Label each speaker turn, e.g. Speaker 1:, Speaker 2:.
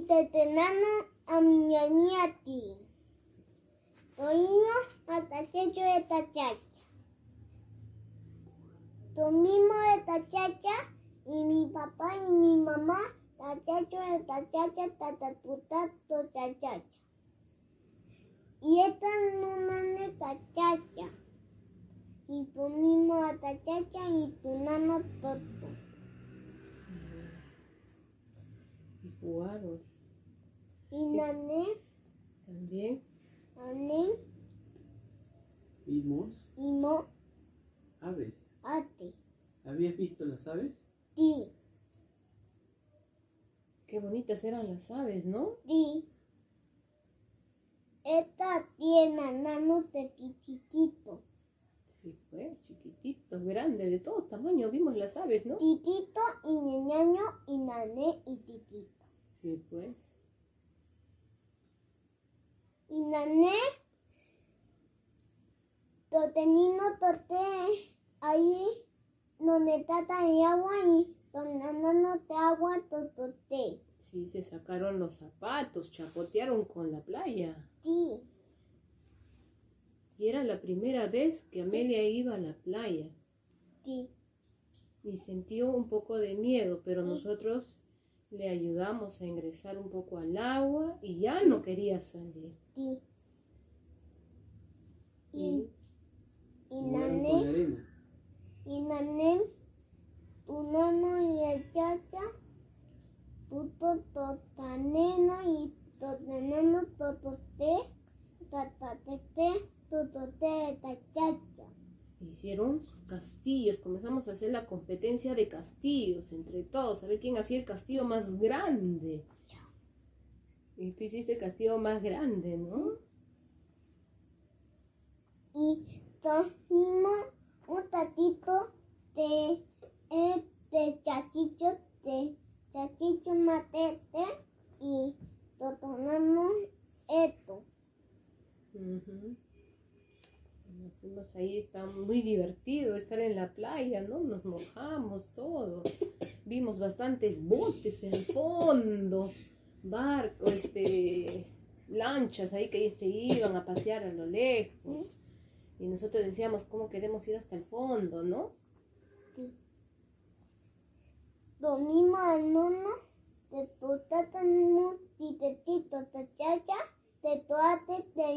Speaker 1: Etenana amñañati. Oino atachecho etachacha. Tomimo etachacha y mi papá y mi mamá tachacho etachacha tatatutato chachacha. Y esta nunane tachacha. Y ponimo atachacha y tunano toto.
Speaker 2: Y jugaron
Speaker 1: Y nané,
Speaker 2: también.
Speaker 1: ané,
Speaker 3: Vimos
Speaker 1: y mo,
Speaker 3: aves.
Speaker 1: ate,
Speaker 3: ¿Habías visto las aves?
Speaker 1: ti,
Speaker 2: Qué bonitas eran las aves, ¿no?
Speaker 1: ti. Esta tiene nano de titito.
Speaker 2: Sí, fue chiquititos, grandes, de todos tamaños. Vimos las aves, ¿no?
Speaker 1: Titito y ñañaño y nané y titito.
Speaker 2: Sí, pues.
Speaker 1: Y nané, totenino tote, ahí donde tata y agua y donde nano te agua totote.
Speaker 2: Sí, se sacaron los zapatos, chapotearon con la playa.
Speaker 1: Ti.
Speaker 2: Y era la primera vez que Amelia iba a la playa.
Speaker 1: Ti.
Speaker 2: Y sintió un poco de miedo, pero nosotros le ayudamos a ingresar un poco al agua y ya no quería salir.
Speaker 1: ti.
Speaker 2: Y
Speaker 1: Y, y pues,
Speaker 3: Jugaron con la
Speaker 1: nané,
Speaker 3: arena.
Speaker 1: y nané, tu nono y el chacha, tu tototaneno y totaneno totote, tatatete, totote, tachacha.
Speaker 2: hicieron castillos, comenzamos a hacer la competencia de castillos entre todos, a ver quién hacía el castillo más grande. Y tú hiciste el castillo más grande, ¿no?
Speaker 1: Y trajimos un tatito de, eh, de chachicho, de chachicho matete y totonamos esto.
Speaker 2: Ujú. Cuando Fuimos ahí, está muy divertido estar en la playa, ¿no? Nos mojamos todo. Vimos bastantes botes en el fondo, barcos, este, lanchas ahí que se iban a pasear a lo lejos. Y nosotros decíamos, ¿cómo queremos ir hasta el fondo, no?
Speaker 1: Dormimos al nono de tu tata, no, y de ti, tu tachacha, de tu ate, de